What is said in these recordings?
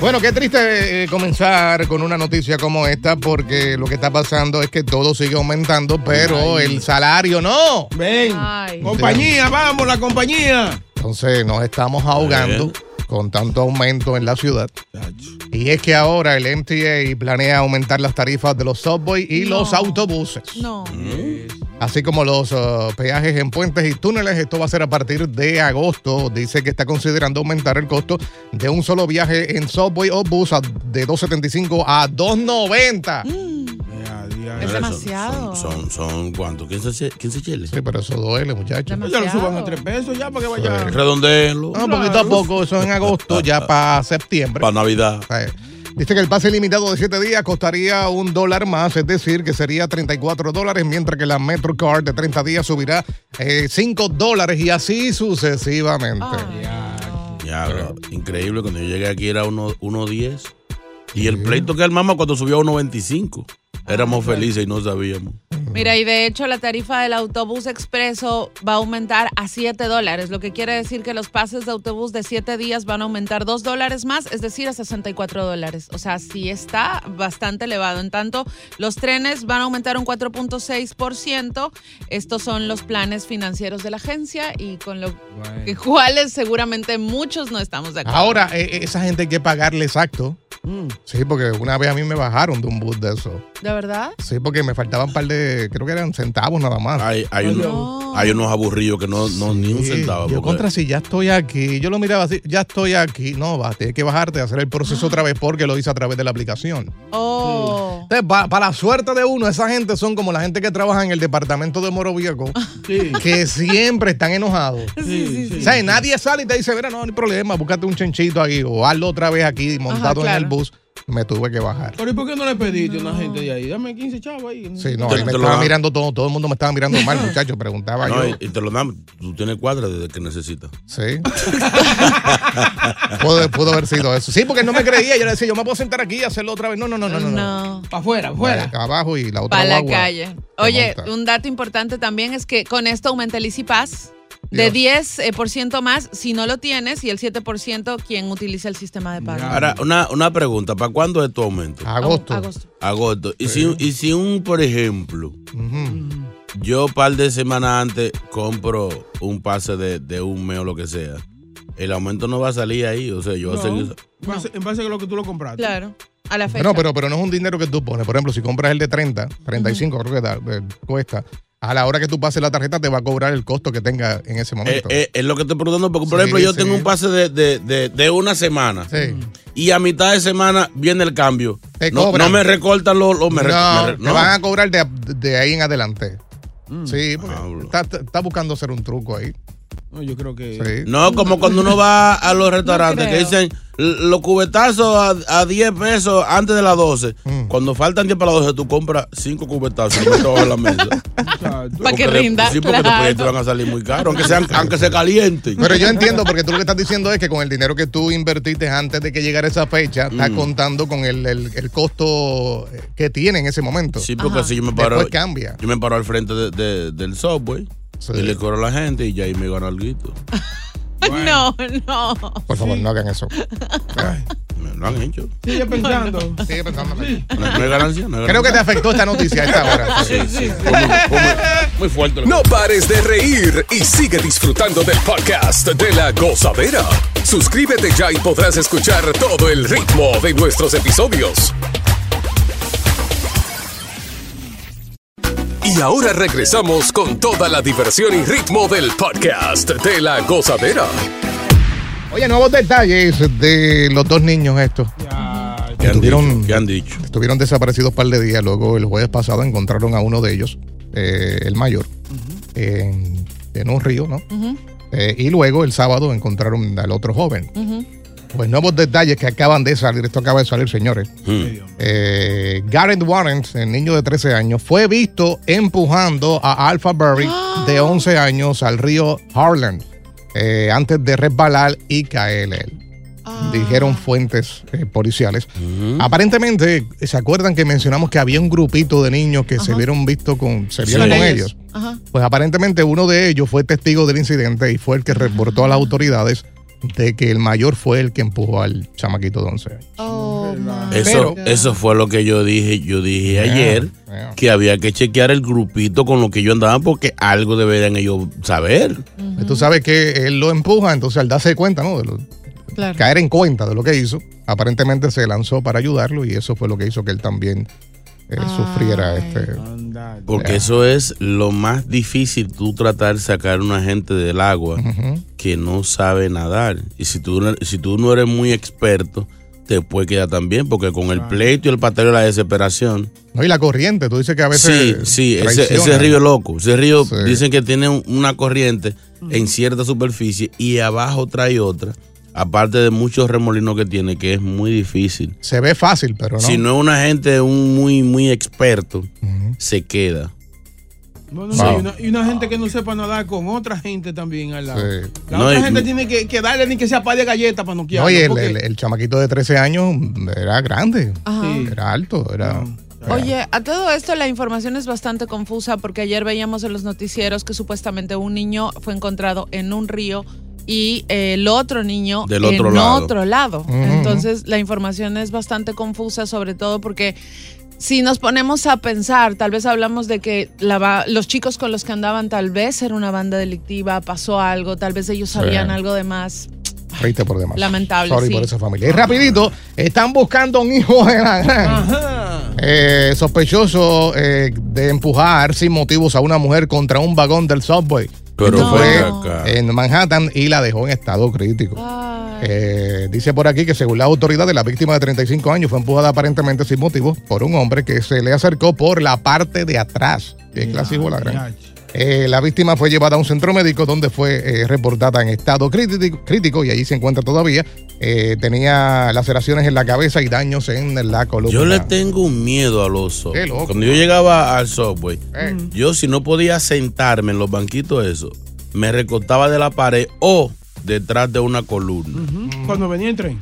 Bueno, qué triste eh, comenzar con una noticia como esta porque lo que está pasando es que todo sigue aumentando, pero el salario no. Ven, compañía, vamos, la compañía. Entonces nos estamos ahogando con tanto aumento en la ciudad. Y es que ahora el MTA planea aumentar las tarifas de los subways y los autobuses. No. ¿Mm? Así como los uh, peajes en puentes y túneles, esto va a ser a partir de agosto. Dice que está considerando aumentar el costo de un solo viaje en subway o bus a- de 2.75 a 2.90. Es demasiado. Son, son, son ¿cuánto? 15, che- 15 cheles. Sí, pero eso duele, muchachos. Demasiado. Ya lo suban a tres pesos ya para que vaya. No, Redondelo. Ah, poquito a poco, eso en agosto, ya para septiembre. Para Navidad. O sea, Dice que el pase limitado de 7 días costaría un dólar más, es decir, que sería 34 dólares, mientras que la MetroCard de 30 días subirá 5 dólares y así sucesivamente. Ya, bro. Increíble, cuando yo llegué aquí era 1.10. Uno, uno diez. y el pleito que armamos cuando subió a 1.25. Ah, Éramos felices y no sabíamos. Mira, y de hecho la tarifa del autobús expreso va a aumentar a 7 dólares, lo que quiere decir que los pases de autobús de 7 días van a aumentar 2 dólares más, es decir, a 64 dólares. O sea, sí está bastante elevado. En tanto, los trenes van a aumentar un 4.6%. Estos son los planes financieros de la agencia y con los cuales seguramente muchos no estamos de acuerdo. Ahora, eh, esa gente hay que pagarle exacto. Sí, porque una vez a mí me bajaron de un bus de eso. ¿De verdad? Sí, porque me faltaban un par de, creo que eran centavos nada más. Hay, hay, unos- no. hay unos aburridos que no, no ni un Sí, centavo. Yo porque- contra si ya estoy aquí, yo lo miraba así, ya estoy aquí. No, va, tienes que bajarte, hacer el proceso otra vez porque lo hice a través de la aplicación. Oh. Entonces, pa- para la suerte de uno, esa gente son como la gente que trabaja en el departamento de Moro Viejo, Sí. que siempre están enojados. Sí, sí, sí. O sea, nadie sale y te dice, mira, no, no hay problema, búscate un chanchito aquí o hazlo otra vez aquí montado en claro. el bus. Me tuve que bajar. Pero ¿y por qué no le pediste a una gente de ahí? Dame 15 chavos ahí. Sí, no, Te- ahí me te lo estaba dan. mirando todo, todo el mundo me estaba mirando mal, muchachos, preguntaba No, y, yo. y te lo dan. Tú tienes cuadra desde que necesitas. Sí. pudo, pudo haber sido eso. Sí, porque no me creía, yo le decía, yo me puedo sentar aquí y hacerlo otra vez. No, no, no, no, no. no. no. Para afuera, afuera. Acá Abajo y la otra Para la guagua calle. se Oye, monta. un dato importante también es que con esto aumenta el Easy Pass de Dios. 10% más si no lo tienes y el 7% quien utiliza el sistema de pago. Ahora, una, una pregunta. ¿Para cuándo es tu aumento? Agosto. Agosto. Agosto. Y si, y si un, por ejemplo, Ujú. yo un par de semanas antes compro un pase de, de un mes o lo que sea, el aumento no va a salir ahí. O sea, yo voy a seguir- En base- En base a lo que tú lo compraste. Claro. A la fecha. Bueno, pero, pero no es un dinero que tú pones. Por ejemplo, si compras el de 30, 35 creo que da- eh, cuesta, a la hora que tú pases la tarjeta te va a cobrar el costo que tenga en ese Eh, momento. eh, es lo que estoy preguntando. Porque, por Sí, ejemplo, yo sí. tengo un pase de, de- de- de una semana. sí. Y a mitad de semana viene el cambio. Te no, cobran. no me recortan los... los- me re- no, me re- te no. van a cobrar de, de ahí en adelante. Mm. Sí, porque Pablo. está, está- está buscando hacer un truco ahí. No, yo creo que. Sí. No, como cuando uno va a los restaurantes que creo. dicen "L- los cubetazos a, a 10 pesos antes de las 12. Mm. Cuando faltan 10 para las 12, tú compras 5 cubetazos y los metes abajo en la mesa. Exacto. Pa' que Porque de- rinda, Sí, pues, porque después claro. te van a salir muy caros, aunque, sean, aunque se calienten. Pero yo entiendo, porque tú lo que estás diciendo es que con el dinero que tú invertiste antes de que llegara esa fecha, estás Mm. contando con el, el- el costo eh, que tiene en ese momento. Sí, porque Ajá. si yo me Después paro, cambia. yo me paro al frente de- de- del subway Sí. y le cobro a la gente y ya ahí me gano algo. No, no. Por favor, no hagan eso. Ay, Me lo han hecho. Sigue pensando. sigue pensando. No, no es ganancia, no es Creo que te ganancia. afectó esta noticia a esta hora. Sí, sí. Fue muy- fue muy- Muy fuerte. lo que- No pares de reír y sigue disfrutando del podcast de la Gozadera. Suscríbete ya y podrás escuchar todo el ritmo de nuestros episodios. Y Y ahora regresamos con toda la diversión y ritmo del podcast de la gozadera. Oye, nuevos detalles de los dos niños estos. ¿Qué han, Estuvieron- dicho? ¿Qué han dicho? Estuvieron desaparecidos un par de días. Luego, el jueves pasado, encontraron a uno de ellos, eh, el mayor, en, en un río, ¿no? Ujú, Eh, y luego, el sábado, encontraron al otro joven. ujú. Pues nuevos detalles que acaban de salir. Esto acaba de salir, señores. Eh, Garrett Warren, el niño de 13 años, fue visto empujando a Alpha Berry de 11 años al río Harlan eh, antes de resbalar y caer él. Ah. Dijeron fuentes eh, policiales. Aparentemente, ¿se acuerdan que mencionamos que había un grupito de niños que se vieron visto con, se vieron Sí. con Con ellos? Ajá. Pues aparentemente uno de ellos fue testigo del incidente y fue el que reportó a las autoridades de que el mayor fue el que empujó al chamaquito de 11 años. Oh, my Eso, God. eso fue lo que yo dije. Yo dije Yeah, ayer yeah. que había que chequear el grupito con lo que yo andaba porque algo deberían ellos saber. Pues Tú sabes que él lo empuja, entonces al darse cuenta, ¿no? De lo- Claro. caer en cuenta de lo que hizo, aparentemente se lanzó para ayudarlo y eso fue lo que hizo que él también eh, Ah. sufriera este. Porque eso es lo más difícil, tú tratar de sacar a una gente del agua Ujú. que no sabe nadar. Y si tú, no- si tú no eres muy experto, te puede quedar también, porque con el pleito y el pataleo y la desesperación. No, y la corriente, tú dices que a Sí, veces. sí, ese, traiciona. ese río es loco. Ese río Sí. dicen que tiene un- una corriente en cierta superficie y abajo trae otra, aparte de muchos remolinos que tiene, que es muy difícil. Se ve fácil, pero no. Si no es una gente un muy, muy experto, se queda. No, no, no, Wow. y, una, y una gente que no sepa nadar con otra gente también al lado. Sí. La No, otra y- gente tiene que, que darle ni que sea par de galletas para no No, y el, porque- el- el chamaquito de 13 años era grande, Ajá. Sí. era alto, era. era- Oye, a todo esto la información es bastante confusa porque ayer veíamos en los noticieros que supuestamente un niño fue encontrado en un río y eh, el otro niño Del otro en lado. otro lado. Ujú. Entonces la información es bastante confusa, sobre todo porque si nos ponemos a pensar, tal vez hablamos de que la ba- los chicos con los que andaban tal vez era una banda delictiva, pasó algo, tal vez ellos sabían algo de más. Reíste por demás. Lamentable, Sorry sí. por esa familia. Y rapidito, están buscando a un hijo de la Ah. gran. Eh, sospechoso eh, de empujar sin motivos a una mujer contra un vagón del subway. Pero Esto No. fue fue acá. en Manhattan y la dejó en estado crítico. Ay, Eh, dice por aquí que según la autoridad de la víctima de 35 años fue empujada aparentemente sin motivos por un hombre que se le acercó por la parte de atrás. Qué clásico la gran. Eh, la víctima fue llevada a un centro médico donde fue eh, reportada en estado crítico, crítico y allí se encuentra todavía. Eh, tenía laceraciones en la cabeza y daños en la columna. Yo le tengo un miedo a los Qué subway. loco. Cuando yo llegaba al subway, Eh, Mm. yo si no podía sentarme en los banquitos eso, me recortaba de la pared o detrás de una columna. Mm. Ujú. Cuando venía el tren.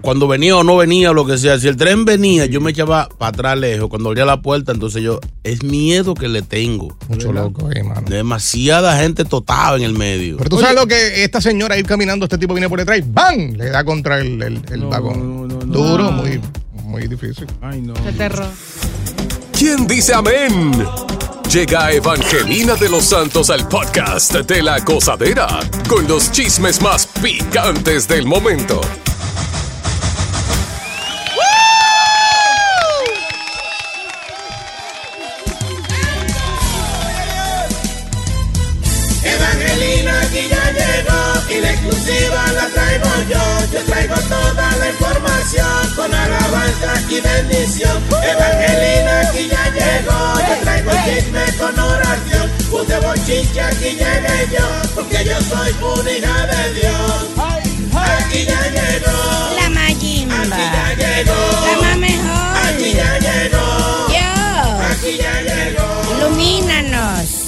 Cuando venía o no venía, lo que sea, si el tren venía, yo me echaba para atrás lejos. Cuando abría la puerta, entonces yo, es miedo que le tengo. mucho loco ahí, mano. Demasiada gente totada en el medio. Pero tú sabes lo que esta señora ir caminando, este tipo viene por detrás y ¡bam! Le da contra el, el- el No, no, vagón. no, no. Duro, muy, muy difícil. Ay, no. qué terror. ¿Quién dice amén? Llega Evangelina de los Santos al podcast de la gozadera con los chismes más picantes del momento. Evangelina aquí ya llegó y la exclusiva la traigo yo. Yo traigo toda la información con alabanza y bendición. Evangelina aquí ya llegó, yo traigo el chisme con oración. Puse bochinche aquí llegué yo, porque yo soy una hija de Dios. Aquí ya llegó, La Mayimba. ya llegó, La más mejor. ya llegó, Dios, aquí ya llegó. ilumínanos.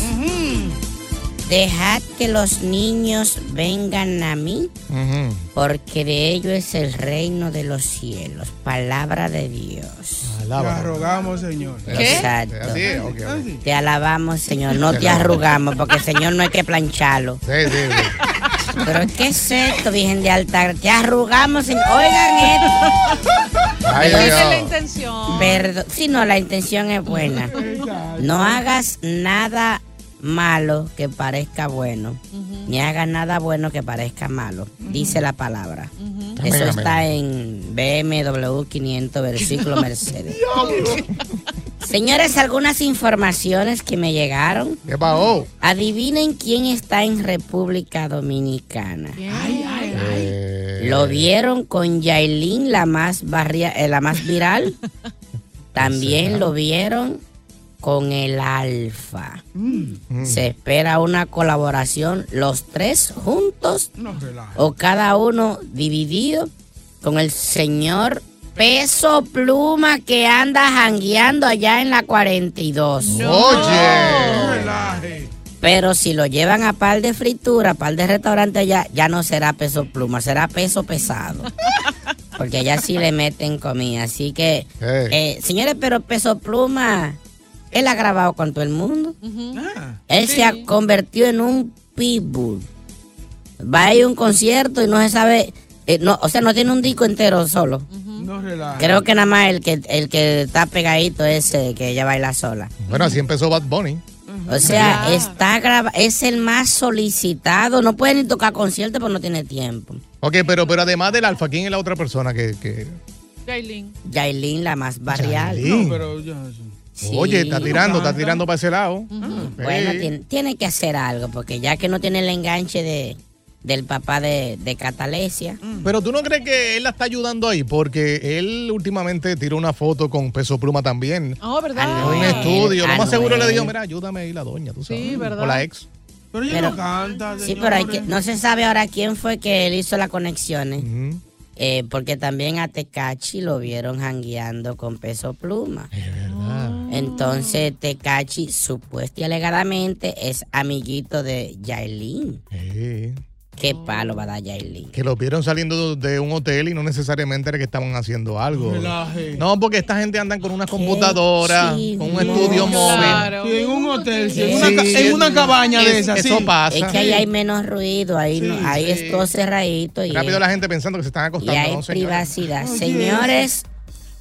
Dejad que los niños vengan a mí, Ujú. porque de ello es el reino de los cielos. Palabra de Dios. La rogamos, señor. Ah, ¿Qué? Exacto. Así es, ok, ok. Sí, Te alabamos, Señor. No te arrugamos, porque, Señor, no hay que plancharlo. sí, sí. Pero, ¿qué es esto, Virgen de Altar? Te arrugamos, Señor. Oigan esto. Ay, Esa es la Dios. intención. Perdón. Si no, la intención es buena. No hagas nada malo que parezca bueno, ni hagas nada bueno que parezca malo, dice la palabra. Eso Amén, está en BMW 500, versículo Mercedes. Señores, algunas informaciones que me llegaron. ¿Qué pasó? Adivinen quién está en República Dominicana. Eh, Eh. Lo vieron con Yailin, la más, barria- eh, la más viral. También lo vieron con el Alfa. Mm, Se espera una colaboración, los tres juntos o cada uno dividido con el señor Peso Pluma que anda jangueando allá en la 42. Relaje. Pero si lo llevan a par de fritura, par de restaurante allá, ya no será peso pluma, será peso pesado. Porque allá sí le meten comida. Así que, eh, señores, pero peso pluma, él ha grabado con todo el mundo. Él se ha convertido en un pitbull. Va a ir a un concierto y no se sabe, eh, no, o sea, no tiene un disco entero solo. No Ah. relaje. Creo que nada más el que, el que está pegadito es eh, que ella baila sola. Bueno, así empezó Bad Bunny. O sea, está graba es el más solicitado. No puede ni tocar concierto porque no tiene tiempo. Ok, pero, pero además del alfa, ¿quién es la otra persona que...? que- Jailin. Yailin, la más barrial. Yailin. Pero ya. Sí. Oye, está tirando, está tirando para ese lado. Bueno, Sí. tiene, tiene que hacer algo porque ya que no tiene el enganche de, del papá de, de Catalesia. Mm. Pero tú no crees que él la está ayudando ahí, porque él últimamente tiró una foto con peso pluma también. Oh, ¿verdad? Un Anuel, estudio, lo más seguro le dijo, Anuel. mira, ayúdame ahí la doña, tú sabes. Sí, ¿verdad? O la ex. Pero ella Pero- no canta. Sí, pero hay que, señores. no se sabe ahora quién fue que él hizo las conexiones. Eh, porque también a Tecachi lo vieron jangueando con peso pluma. Entonces Tecachi supuesta y alegadamente es amiguito de Yailin. Eh, ¿Qué palo va a dar Yailin? que los vieron saliendo de un hotel y no necesariamente era que estaban haciendo algo. Relaje. No, porque esta gente andan con una computadora, Sí, con un no. estudio móvil. Claro. Sí, en un hotel, sí, en, Sí, una, ca- en es- una cabaña de es- esas. Eso sí. pasa. Es que ahí hay menos ruido, ahí, no- ahí es todo cerradito y, Rápido la gente pensando que se están y acostando. hay ¿no, señores? privacidad. Oye, Señores,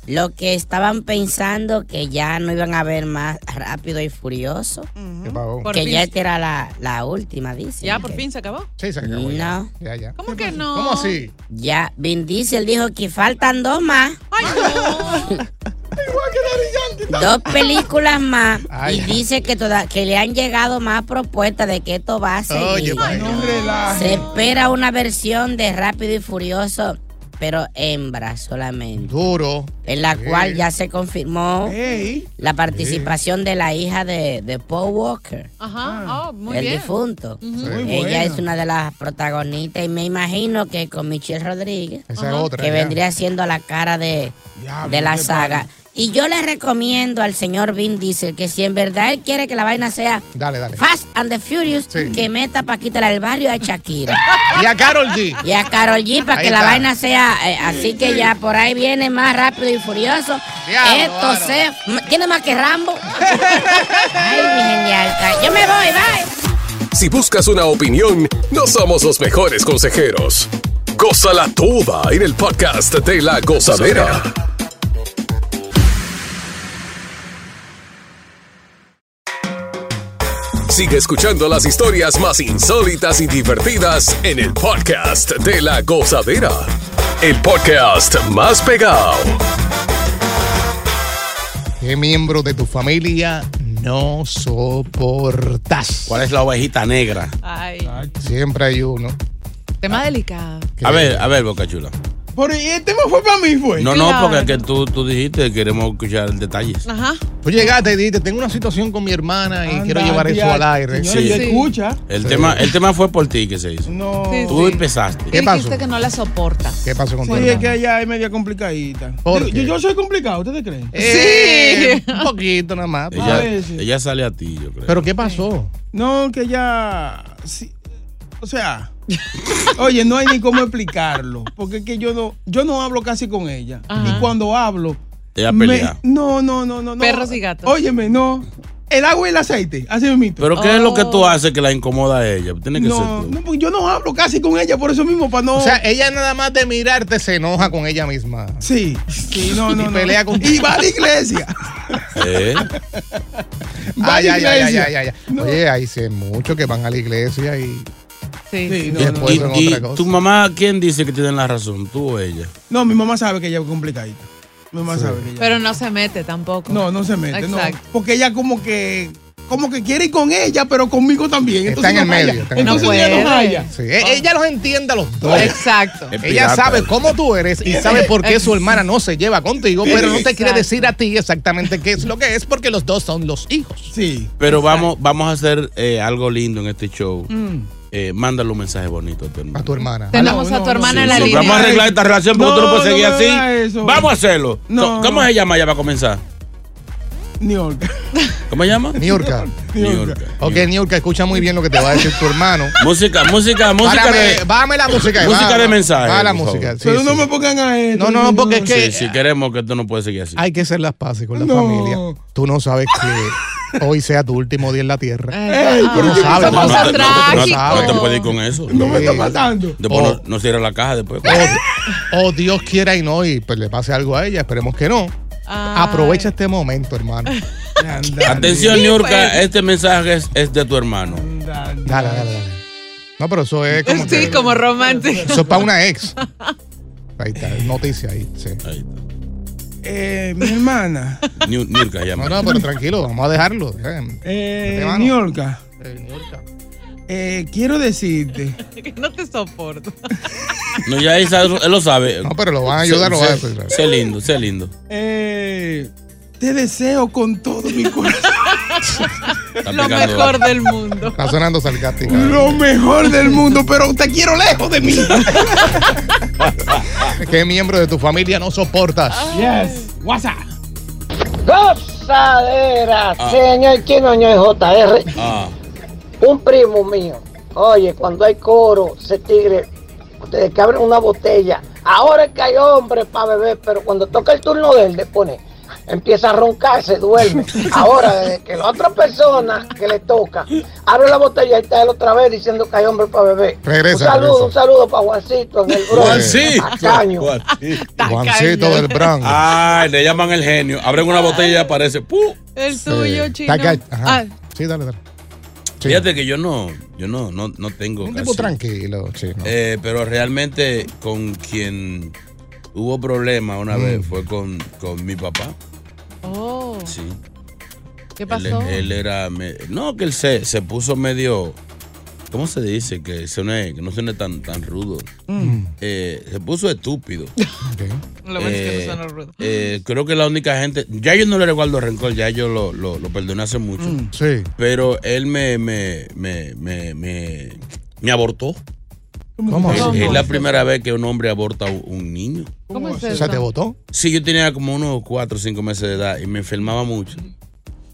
lo que estaban pensando que ya no iban a ver más rápido y furioso, Qué pavón. Por que fin. ya esta era la, la última, dice. Ya, por fin se acabó. Sí, se acabó ya. No. Ya, ya. ¿Cómo que no? ¿Cómo así? Ya, Vin Diesel dijo que faltan dos más, Ay, no. dos películas más, Ay. y dice que, toda, que le han llegado más propuestas de que esto va a seguir. Oye, vaya. No relaje. Se espera una versión de Rápido y Furioso, pero hembra solamente, Duro. en la cual ya se confirmó Ey, la participación de la hija de, de Paul Walker, Ajá. Oh, muy el bien. difunto. Muy Ella buena. es una de las protagonistas y me imagino que con Michelle Rodríguez, Esa es otra. que ya. vendría siendo la cara de, Diablo, de la qué saga. Y yo le recomiendo al señor Vin Diesel que si en verdad él quiere que la vaina sea Dale, dale. Fast and the Furious, Sí. que meta a Paquita la del barrio y a Shakira. Y a Carol G. Y a Carol G para Ahí que la está. vaina sea eh, así que ya por ahí viene más rápido y furioso. Diablo, Esto Álvaro. se m- tiene más que Rambo. Ay, mi genial. Yo me voy, bye. Si buscas una opinión, no somos los mejores consejeros. Cosa la tuba en el podcast de la gozadera. Sigue escuchando las historias más insólitas y divertidas en el podcast de la gozadera. El podcast más pegado. ¿Qué miembro de tu familia no soportas? ¿Cuál es la ovejita negra? Ay. Siempre hay uno. Ah. Tema delicado. que- A ver, a ver, Boca Chula. Pero ¿y el tema fue para mí, fue. No, no, Claro. porque es que tú, tú dijiste que queremos escuchar detalles. Ajá. Tú llegaste y dijiste, tengo una situación con mi hermana y Anda, quiero llevar eso ya, al aire. señores, Sí. ya Sí. escucha. El, tema, el tema fue por ti que se hizo. No. Sí, Tú sí. empezaste. ¿Qué Tú pasó? Dijiste que no la soportas. ¿Qué pasó con tu Sí, es que hermana? allá es media complicadita. Yo- ¿Por qué? Yo, yo soy complicado, ¿ustedes creen? Eh, un poquito nada más. pues. A Ella, veces. ella sale a ti, yo creo. ¿Pero qué pasó? No, que ya. sí, o sea. oye, no hay ni cómo explicarlo. Porque es que yo no, yo no hablo casi con ella. Ajá. Y cuando hablo. Ella me- pelea. no, no, no, no, no. Perros y gatos. Óyeme, no. El agua y el aceite. Así mismo. ¿Pero qué es lo que tú Oh. haces que la incomoda a ella? Tiene que ser no, tú. no, porque yo no hablo casi con ella, por eso mismo, para no. O sea, ella nada más de mirarte se enoja con ella misma. sí, sí, no, no. Y no. pelea con- Y va a la iglesia. ¿Eh? Va a Ay, la ay, ay, ay, iglesia. ay, ay. No. Oye, ahí sé muchos que van a la iglesia y Sí. Sí, no, no, Después ¿Y, no. son y otra cosa. tu mamá quién dice que tiene la razón? ¿Tú o ella? No, mi mamá sabe que ella es complicadita. Mi mamá sabe que ella- Pero no se mete tampoco. No, no se mete, no. Exacto. Porque ella como que como que quiere ir con ella, pero conmigo también. Está en no el raya. medio. está en el Entonces medio. ella no raya. Sí, e- Ella los entiende a los dos. Exacto. Ella sabe cómo tú eres y sabe por Eh, qué su hermana no se lleva contigo, pero no te quiere Exacto. decir a ti exactamente qué es lo que es porque los dos son los hijos. Sí. Pero vamos, vamos a hacer eh, algo lindo en este show. Mm. Eh, mándale un mensaje bonito a tu hermano. A tu hermana. Tenemos Ah, a tu hermana en la Sí, línea. Vamos a arreglar esta relación porque No, tú no puedes no seguir me hagas así. eso. Vamos a hacerlo. No, ¿Cómo no. se llama ya para comenzar? Ni Olga. ¿Cómo se llama? Niurka. New York. Ok, Niurka, escucha muy bien lo que te va a decir tu hermano. Música, música, música Bájame, de. bájame la música. Música va, de va, mensaje, va la por música. favor. sí, Pero no sí. me pongan a esto. No, no, no, porque es que Sí, si queremos que esto no puede seguir así. hay que hacer las paces con la No. familia. Tú no sabes que hoy sea tu último día en la tierra. Ay, pero ah, tú sabes, cosa no, no, no, te- trágica. no te puedes ir con eso. No me está Sí. matando. Después Oh. no, no cierra la caja después. O, o Dios quiera y no, y pues le pase algo a ella, esperemos que no. Ay. Aprovecha este momento, hermano. Andale, Atención, Sí, Niurka, pues. este mensaje es, es de tu hermano. andale. Dale, dale, dale. No, pero eso es como. Sí, que- como romántico. Eso es para una ex. Ahí está, noticia ahí. Sí. Ahí está. Eh, mi hermana, Niu- Niurka llama. No, no, pero tranquilo, vamos a dejarlo. eh. eh, Mete mano. ni Olga, Eh, Niurka. eh, quiero decirte. No te soporto. No, ya ahí sabe- él lo sabe. No, pero lo van a ayudar, lo van a Sé- ayudar. Sé lindo, sé lindo. Eh, te deseo con todo mi corazón Está Lo pecando. mejor del mundo. Está sonando sarcástica. lo mejor del mundo, pero te quiero lejos de mí. ¿Qué miembro de tu familia no soportas? Yes. WhatsApp. Gozadera, Ah. señor chino ño JR, Ah, un primo mío. Oye, cuando hay coro, se tigre, ustedes que abren una botella. Ahora es que hay hombres para beber, pero cuando toca el turno de él, le pone, empieza a roncar, se duerme. Ahora, desde que la otra persona que le toca, abre la botella y está él otra vez diciendo que hay hombres para beber. Regresa, un saludo, regresa. un saludo para Juancito en el bro. Juancito. Tacaño. Juancito. Juancito del Bronx. Ay, le llaman el genio. Abren una botella y aparece. ¡Pu! El Sí. tuyo, chino. Taca- ajá. Ah, Sí, dale, dale. Sí. Fíjate que yo no, yo no, no, no tengo. Un tipo casi. tranquilo, chino. Eh, pero realmente con quien hubo problema una Mm. vez fue con, con mi papá. oh, Sí. ¿qué Él, pasó? él era. me- no, que él se, se puso medio. ¿Cómo se dice? Que, suene, que no suene tan, tan rudo. Mm. Eh, se puso estúpido. Ok. Lo bueno es que Eh, no suena rudo. eh, creo que la única gente. Ya yo no le recuerdo rencor, ya yo lo, lo, lo perdoné hace mucho. Mm. Sí. Pero él me, me, me, me, me, me abortó. ¿Cómo Es, así? es la primera vez que un hombre aborta a un- un niño. ¿Cómo es O eso? sea, te votó. Sí, yo tenía como unos 4 o 5 meses de edad y me enfermaba mucho.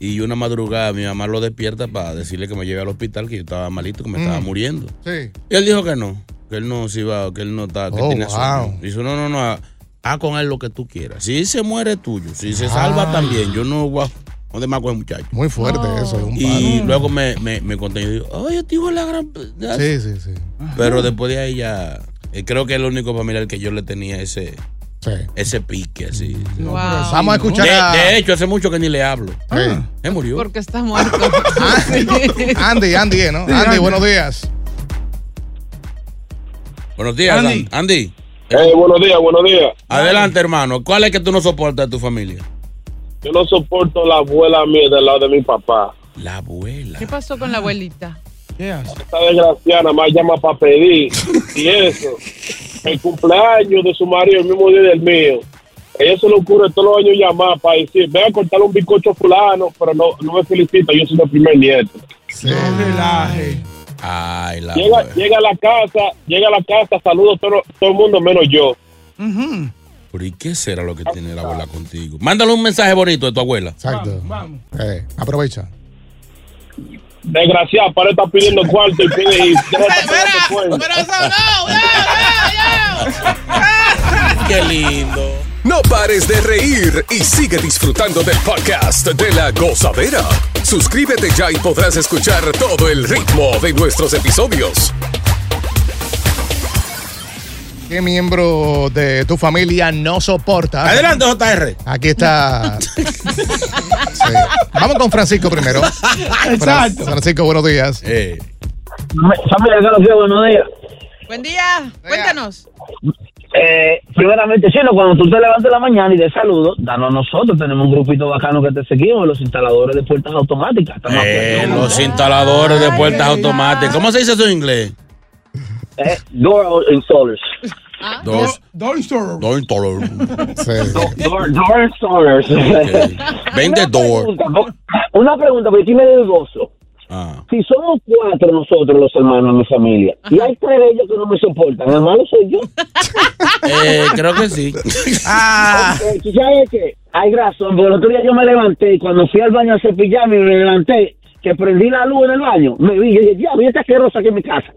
Y una madrugada mi mamá lo despierta para decirle que me lleve al hospital, que yo estaba malito, que me Mm. estaba muriendo. Sí. Y él dijo que no, que él no se iba, que él no estaba, que Oh, tenía sueño. wow. Dice, no, no, no, haz con él lo que tú quieras. Si se muere es tuyo, si Ah. se salva también, yo no voy a... ¿Dónde más con el muchacho? Muy fuerte eso, es un Y luego me, me, me conté y digo, oye, tío, la gran... palo. Sí, sí, sí. Pero después de ahí ya, eh, creo que es el único familiar que yo le tenía ese, Sí. ese pique así. Wow. Vamos a escuchar De, a de hecho, hace mucho que ni le hablo. Ah, Sí. Se murió. Porque está muerto. Andy, Andy, ¿eh, ¿no? Andy, Andy. buenos días. Buenos días, Andy. Andy. Andy, Hey, buenos días, buenos días. adelante, hermano. ¿Cuál es que tú no soportas de tu familia? Yo no soporto la abuela mía del lado de mi papá. La abuela. ¿Qué pasó con la abuelita? Yes. Esta desgraciada nada más llama para pedir y eso. El cumpleaños de su marido, el mismo día del mío. Ella se le ocurre todos los años llamar para decir, ve a cortar un bizcocho fulano, pero no, no me felicita, yo soy el primer nieto. Sí. No relaje. Ay, la Llega, abuela. llega a la casa, llega a la casa, saludo a todo, todo el mundo menos yo. Ujú. Pero ¿y qué será lo que tiene la abuela contigo? Mándale un mensaje bonito de tu abuela. Exacto. Vamos, Eh, aprovecha. Desgraciada, para estar pidiendo cuarto y pide y... Qué lindo. No pares de reír y sigue disfrutando del podcast de la gozadera. Suscríbete ya y podrás escuchar todo el ritmo de nuestros episodios. ¿Qué miembro de tu familia no soporta? Adelante, JR. Aquí está. Sí. Vamos con Francisco primero. Exacto. Francisco, buenos días. Eh, Familia, buenos días. Buen día. Cuéntanos. eh, primeramente, Chino, cuando tú te levantes en la mañana y de saludo, danos a nosotros. Tenemos un grupito bacano que te seguimos, los instaladores de puertas automáticas. Estamos Eh, los instaladores de puertas automáticas. ¿Cómo se dice eso en inglés? Eh, door installers. Dos. Door installers. Door, door installers. Vendedor. Una pregunta, porque aquí me da el gozo. Ah. Si somos cuatro nosotros los hermanos de mi familia, y hay tres de ellos que no me soportan, el malo soy yo. Eh, creo que sí. Ok, tú sabes que hay razón, porque el otro día yo me levanté y cuando fui al baño a cepillarme y me levanté, que prendí la luz en el baño, me vi, yo dije, ya, vi esta asquerosa aquí en mi casa.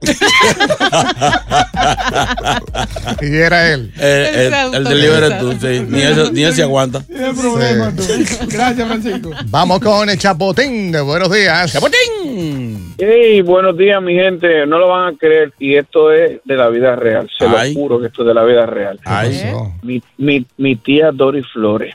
Y era él. el, el delivery es tú, sí. Ni ese, ni ese aguanta. Tiene problema tú. Gracias, Francisco. Vamos con el Chapotín de Buenos Días. ¡Chapotín! Hey, buenos días, mi gente. No lo van a creer y esto es de la vida real. Se Ay. lo juro que esto es de la vida real. Mi, mi- mi tía Doris Flores.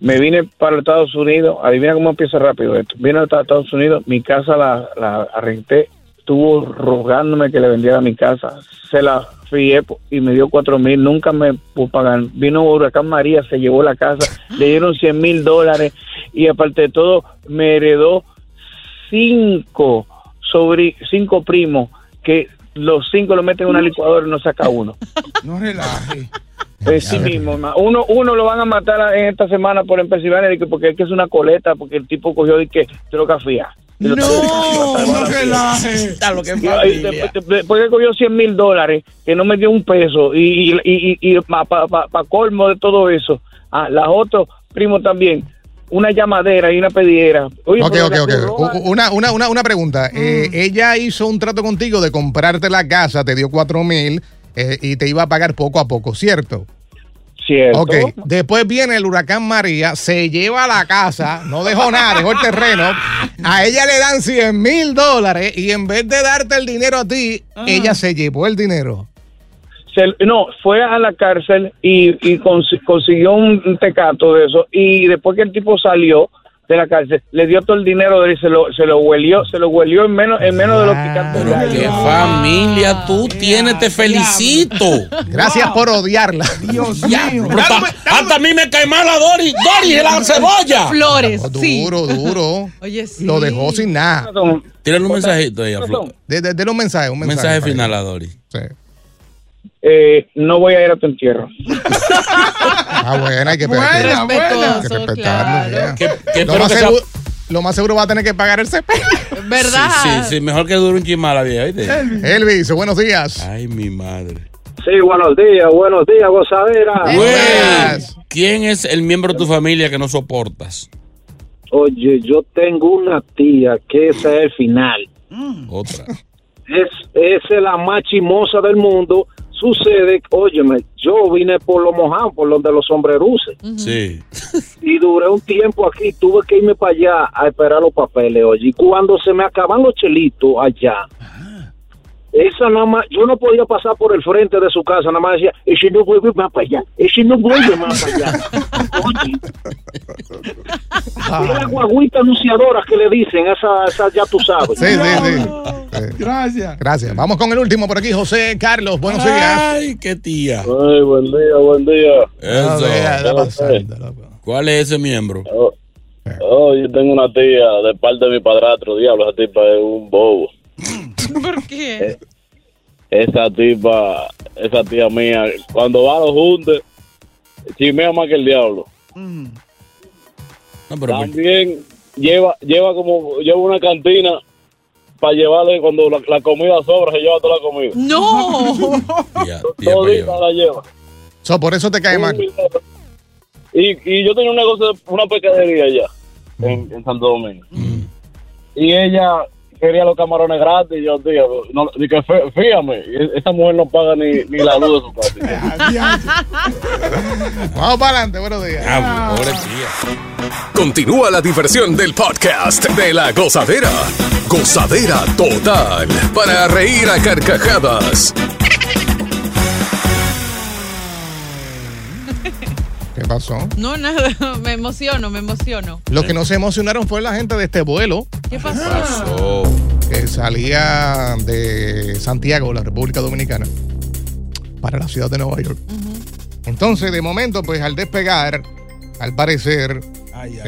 Me vine para los Estados Unidos. Adivina cómo empieza rápido esto. Vine a los Estados Unidos. Mi casa la, la renté. Estuvo rogándome que le vendiera mi casa. Se la fié po- y me dio cuatro mil. Nunca me pudo pagar. Vino Huracán María, se llevó la casa. Le dieron cien mil dólares. Y aparte de todo, me heredó cinco sobre cinco primos que los cinco lo meten en una licuadora y no saca uno. No relaje. Es sí mismo, ma. uno, uno lo van a matar a- en esta semana por en Pensilvania de que- porque es que es una coleta, porque el tipo cogió de que droga fía. No, no Está lo que es familia. Después que cogió 100 mil dólares, que no me dio un peso, y, y, y, para colmo de todo eso, a las otras primo también, una llamadera y una pediera. Oye, Ok, pero ok, la ok. que roba- Mm. U- u- Una, una, una, una pregunta. Eh, ella hizo un trato contigo de comprarte la casa, te dio cuatro mil eh, y te iba a pagar poco a poco, ¿cierto? Cierto. Ok. Después viene el huracán María, se lleva la casa, no dejó nada, dejó el terreno. A ella le dan 100 mil dólares y en vez de darte el dinero a ti, Ah. ella se llevó el dinero. se- no, fue a la cárcel y, y cons- consiguió un un tecato de eso. Y después que el tipo salió de la cárcel, le dio todo el dinero de él y se lo, se lo huelió, se lo huelió en menos, en menos de lo que canta. Pero qué familia tú tienes, te felicito. Gracias por odiarla. pues, Dios mío. Hasta a mí me cae mal la Doris. Doris de la cebolla. Flores, sí. Duro, duro. Oye, sí. Lo dejó sin nada. Tírale un mensajito Pues, ahí a Flor. De- de- Dele un mensaje, un Un mensaje. mensaje final a Doris. Eh, no voy a ir a tu entierro. Ah, bueno, hay que, hay que- Buena, hay que buena. respetarlo. ya. que Ah. lo, espero más que sea- seguro, lo más seguro va a tener que pagar el CP. ¿Verdad? Sí, sí, sí, mejor que dure un chismal la vieja, ¿oíste? Elvis, buenos días. Ay, mi madre. Sí, buenos días, buenos días, gozadera. Güey, ¿quién es el miembro de tu familia que no soportas? Oye, yo tengo una tía que esa es el final. Mm. Otra. Es, esa es la más chimosa del mundo. Sucede, óyeme, yo vine por lo mojado, por donde los sombreruces. Sí. Y duré un tiempo aquí, tuve que irme para allá a esperar los papeles, oye. Y cuando se me acaban los chelitos allá, esa nada más, yo no podía pasar por el frente de su casa, nada más decía, y si no vuelve más para allá, y si no vuelve más para allá. Oye. Era guaguita anunciadora que le dicen, esa, esa ya tú sabes. Sí, sí, sí. Gracias. Gracias. Vamos con el último por aquí, José Carlos. Buenos Ay, qué tía. Ay, buen día, buen día. Ah. Eso. ¿Cuál es ese miembro? Oh, oh, yo tengo una tía de parte de mi padrastro, diablo, esa tipa es un bobo. ¿eh? ¿Por qué? Esa tipa, esa tía mía, cuando va a los hundes, chimea más que el diablo. También lleva, lleva como, lleva una cantina para llevarle cuando la, la comida sobra, se lleva toda la comida. No. Todita la lleva. días. So, por eso te cae mal. Y, y yo tenía un negocio, de- una pescadería allá, en, en Santo Domingo. Y ella quería los camarones gratis, y yo, tío, no, di que fí- fíame, e- esa mujer no paga ni, ni la luz de su casa. Vamos para adelante, buenos días. Continúa la diversión del podcast de la gozadera. Gozadera total. Para reír a carcajadas. ¿Qué pasó? No, nada. Me emociono, me emociono. Los que no se emocionaron fue la gente de este vuelo ¿Qué pasó? que salía de Santiago, la República Dominicana. para la ciudad de Nueva York. Entonces, de momento, pues al despegar, al parecer,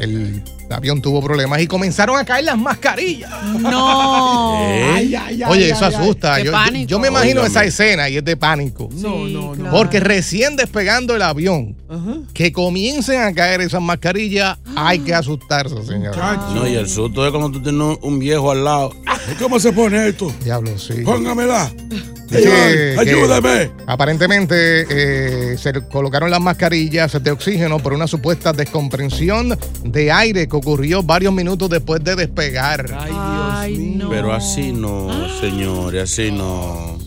el avión tuvo problemas y comenzaron a caer las mascarillas. No. Ay, ay, ay, Oye, ay, eso ay. asusta. Qué Yo, yo- pánico. yo me imagino Óigame. esa escena y es de pánico. No, no, no. Porque recién despegando el avión, Ajá. que comiencen a caer esas mascarillas, hay que asustarse, señor. No, y el susto es cuando tú tienes un- un viejo al lado. ¿Cómo se pone esto? Diablo, sí. Póngamela. Eh, que Ayúdame. Aparentemente eh, se le colocaron las mascarillas de oxígeno por una supuesta descomprensión de aire que ocurrió varios minutos después de despegar. Pero así no, señores, así no.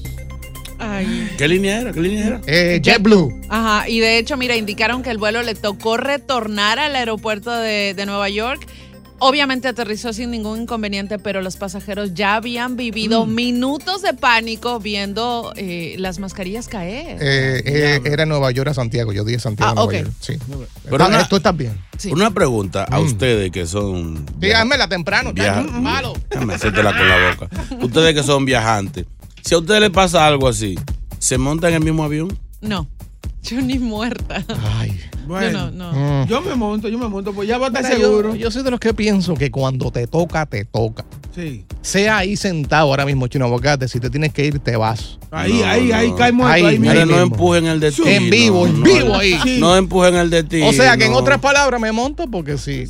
Ay. ¿Qué línea era? ¿Qué línea era? JetBlue. Ajá, y de hecho, mira, indicaron que el vuelo le tocó retornar al aeropuerto de, de Nueva York. Obviamente aterrizó sin ningún inconveniente, pero los pasajeros ya habían vivido Mm. minutos de pánico viendo eh, las mascarillas caer. Eh, eh, era en Nueva York a Santiago. Yo dije Santiago, Ah, Nueva ok. York. Sí. Pero Ah, una- tú estás bien. Una pregunta a ustedes que son. Sí, házmela temprano. Viaja- está malo. Déjame hacértela con la boca. Ustedes que son viajantes, si a ustedes les pasa algo así, ¿se montan en el mismo avión? No, yo ni muerta. Ay. Bueno, no, no. Yo me monto, yo me monto, pues ya va a estar Ahora, seguro. Yo, yo soy de los que pienso que cuando te toca, te toca. Sí. Sea ahí sentado ahora mismo, chino aguacate. Si te tienes que ir, te vas. Ahí, ahí, ahí, cae muerto, ahí mismo. Mira, no empujen el destino. En vivo, en no, vivo ahí. Sí. No empujen el destino. O sea que en otras palabras me monto porque sí.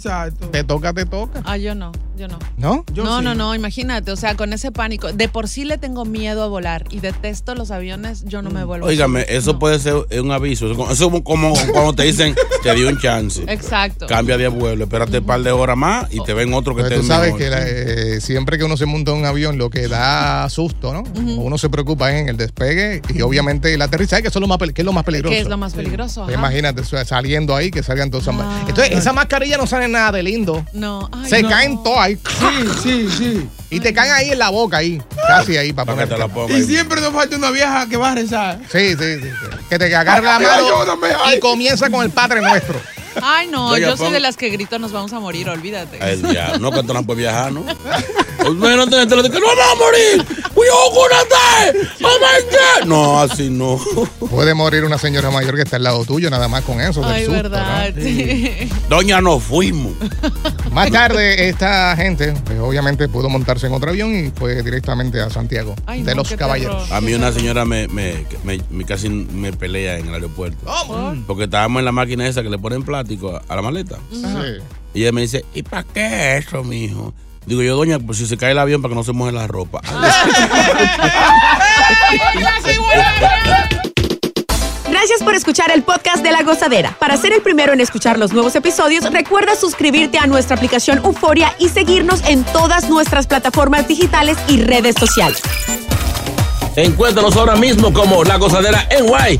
Te toca, te toca. Ah, yo no, yo no. ¿No? no, no, no, imagínate, o sea, con ese pánico. De por sí le tengo miedo a volar y detesto los aviones, yo no me Mm. vuelvo. a Óigame, subir. eso puede ser un aviso. Eso es como, como cuando te dicen, te di un chance. Exacto. Cambia de abuelo, espérate un par de horas más y te ven otro que te Pero tú sabes que la- eh, siempre que uno se monta en un avión, lo que da susto, ¿no? Ujú. Uno se preocupa es en el despegue y obviamente el aterrizaje, que, eso es lo más, pel- que es lo más peligroso. Que es lo más peligroso. Pues ajá. Imagínate, o sea, saliendo ahí, que salgan todas esas mascarillas. Entonces, esas mascarillas no salen nada de lindo. No, Ah. ay, se no. caen todas ahí. Sí, sí, sí. Y te caen ahí en la boca, ahí. Casi ahí, para ponerte. Y siempre nos falta una vieja que va a rezar. Pues Sí, sí, sí. sí. Que te agarre la Ay, mano ayúdame, ay. y comienza con el Padre Nuestro. Ay, no, Oiga, yo soy pon- de las que grito, nos vamos a morir, olvídate. El diablo, no, que tú no puedes viajar, ¿no? Pues Imagínate, gente, le dice, no vamos a morir. oh. We all gonna die. Oh my God. No, así no. Puede morir una señora mayor que está al lado tuyo, nada más con eso. del Ay, susto, ¿no? verdad. sí. Doña, nos fuimos. Más tarde, esta gente, pues, obviamente, pudo montarse en otro avión y fue directamente a Santiago de los Caballeros. A mí una señora me, me, me- me casi me pelea en el aeropuerto. Porque estábamos en la máquina esa que le ponen plástico a, a la maleta. Y ella me dice, ¿y para qué eso, mijo? Digo yo, doña, pues si se cae el avión para que no se moje la ropa. Gracias por escuchar el podcast de La Gozadera. Para ser el primero en escuchar los nuevos episodios, recuerda suscribirte a nuestra aplicación Euforia y seguirnos en todas nuestras plataformas digitales y redes sociales. Encuéntranos ahora mismo como La Gozadera en Guay.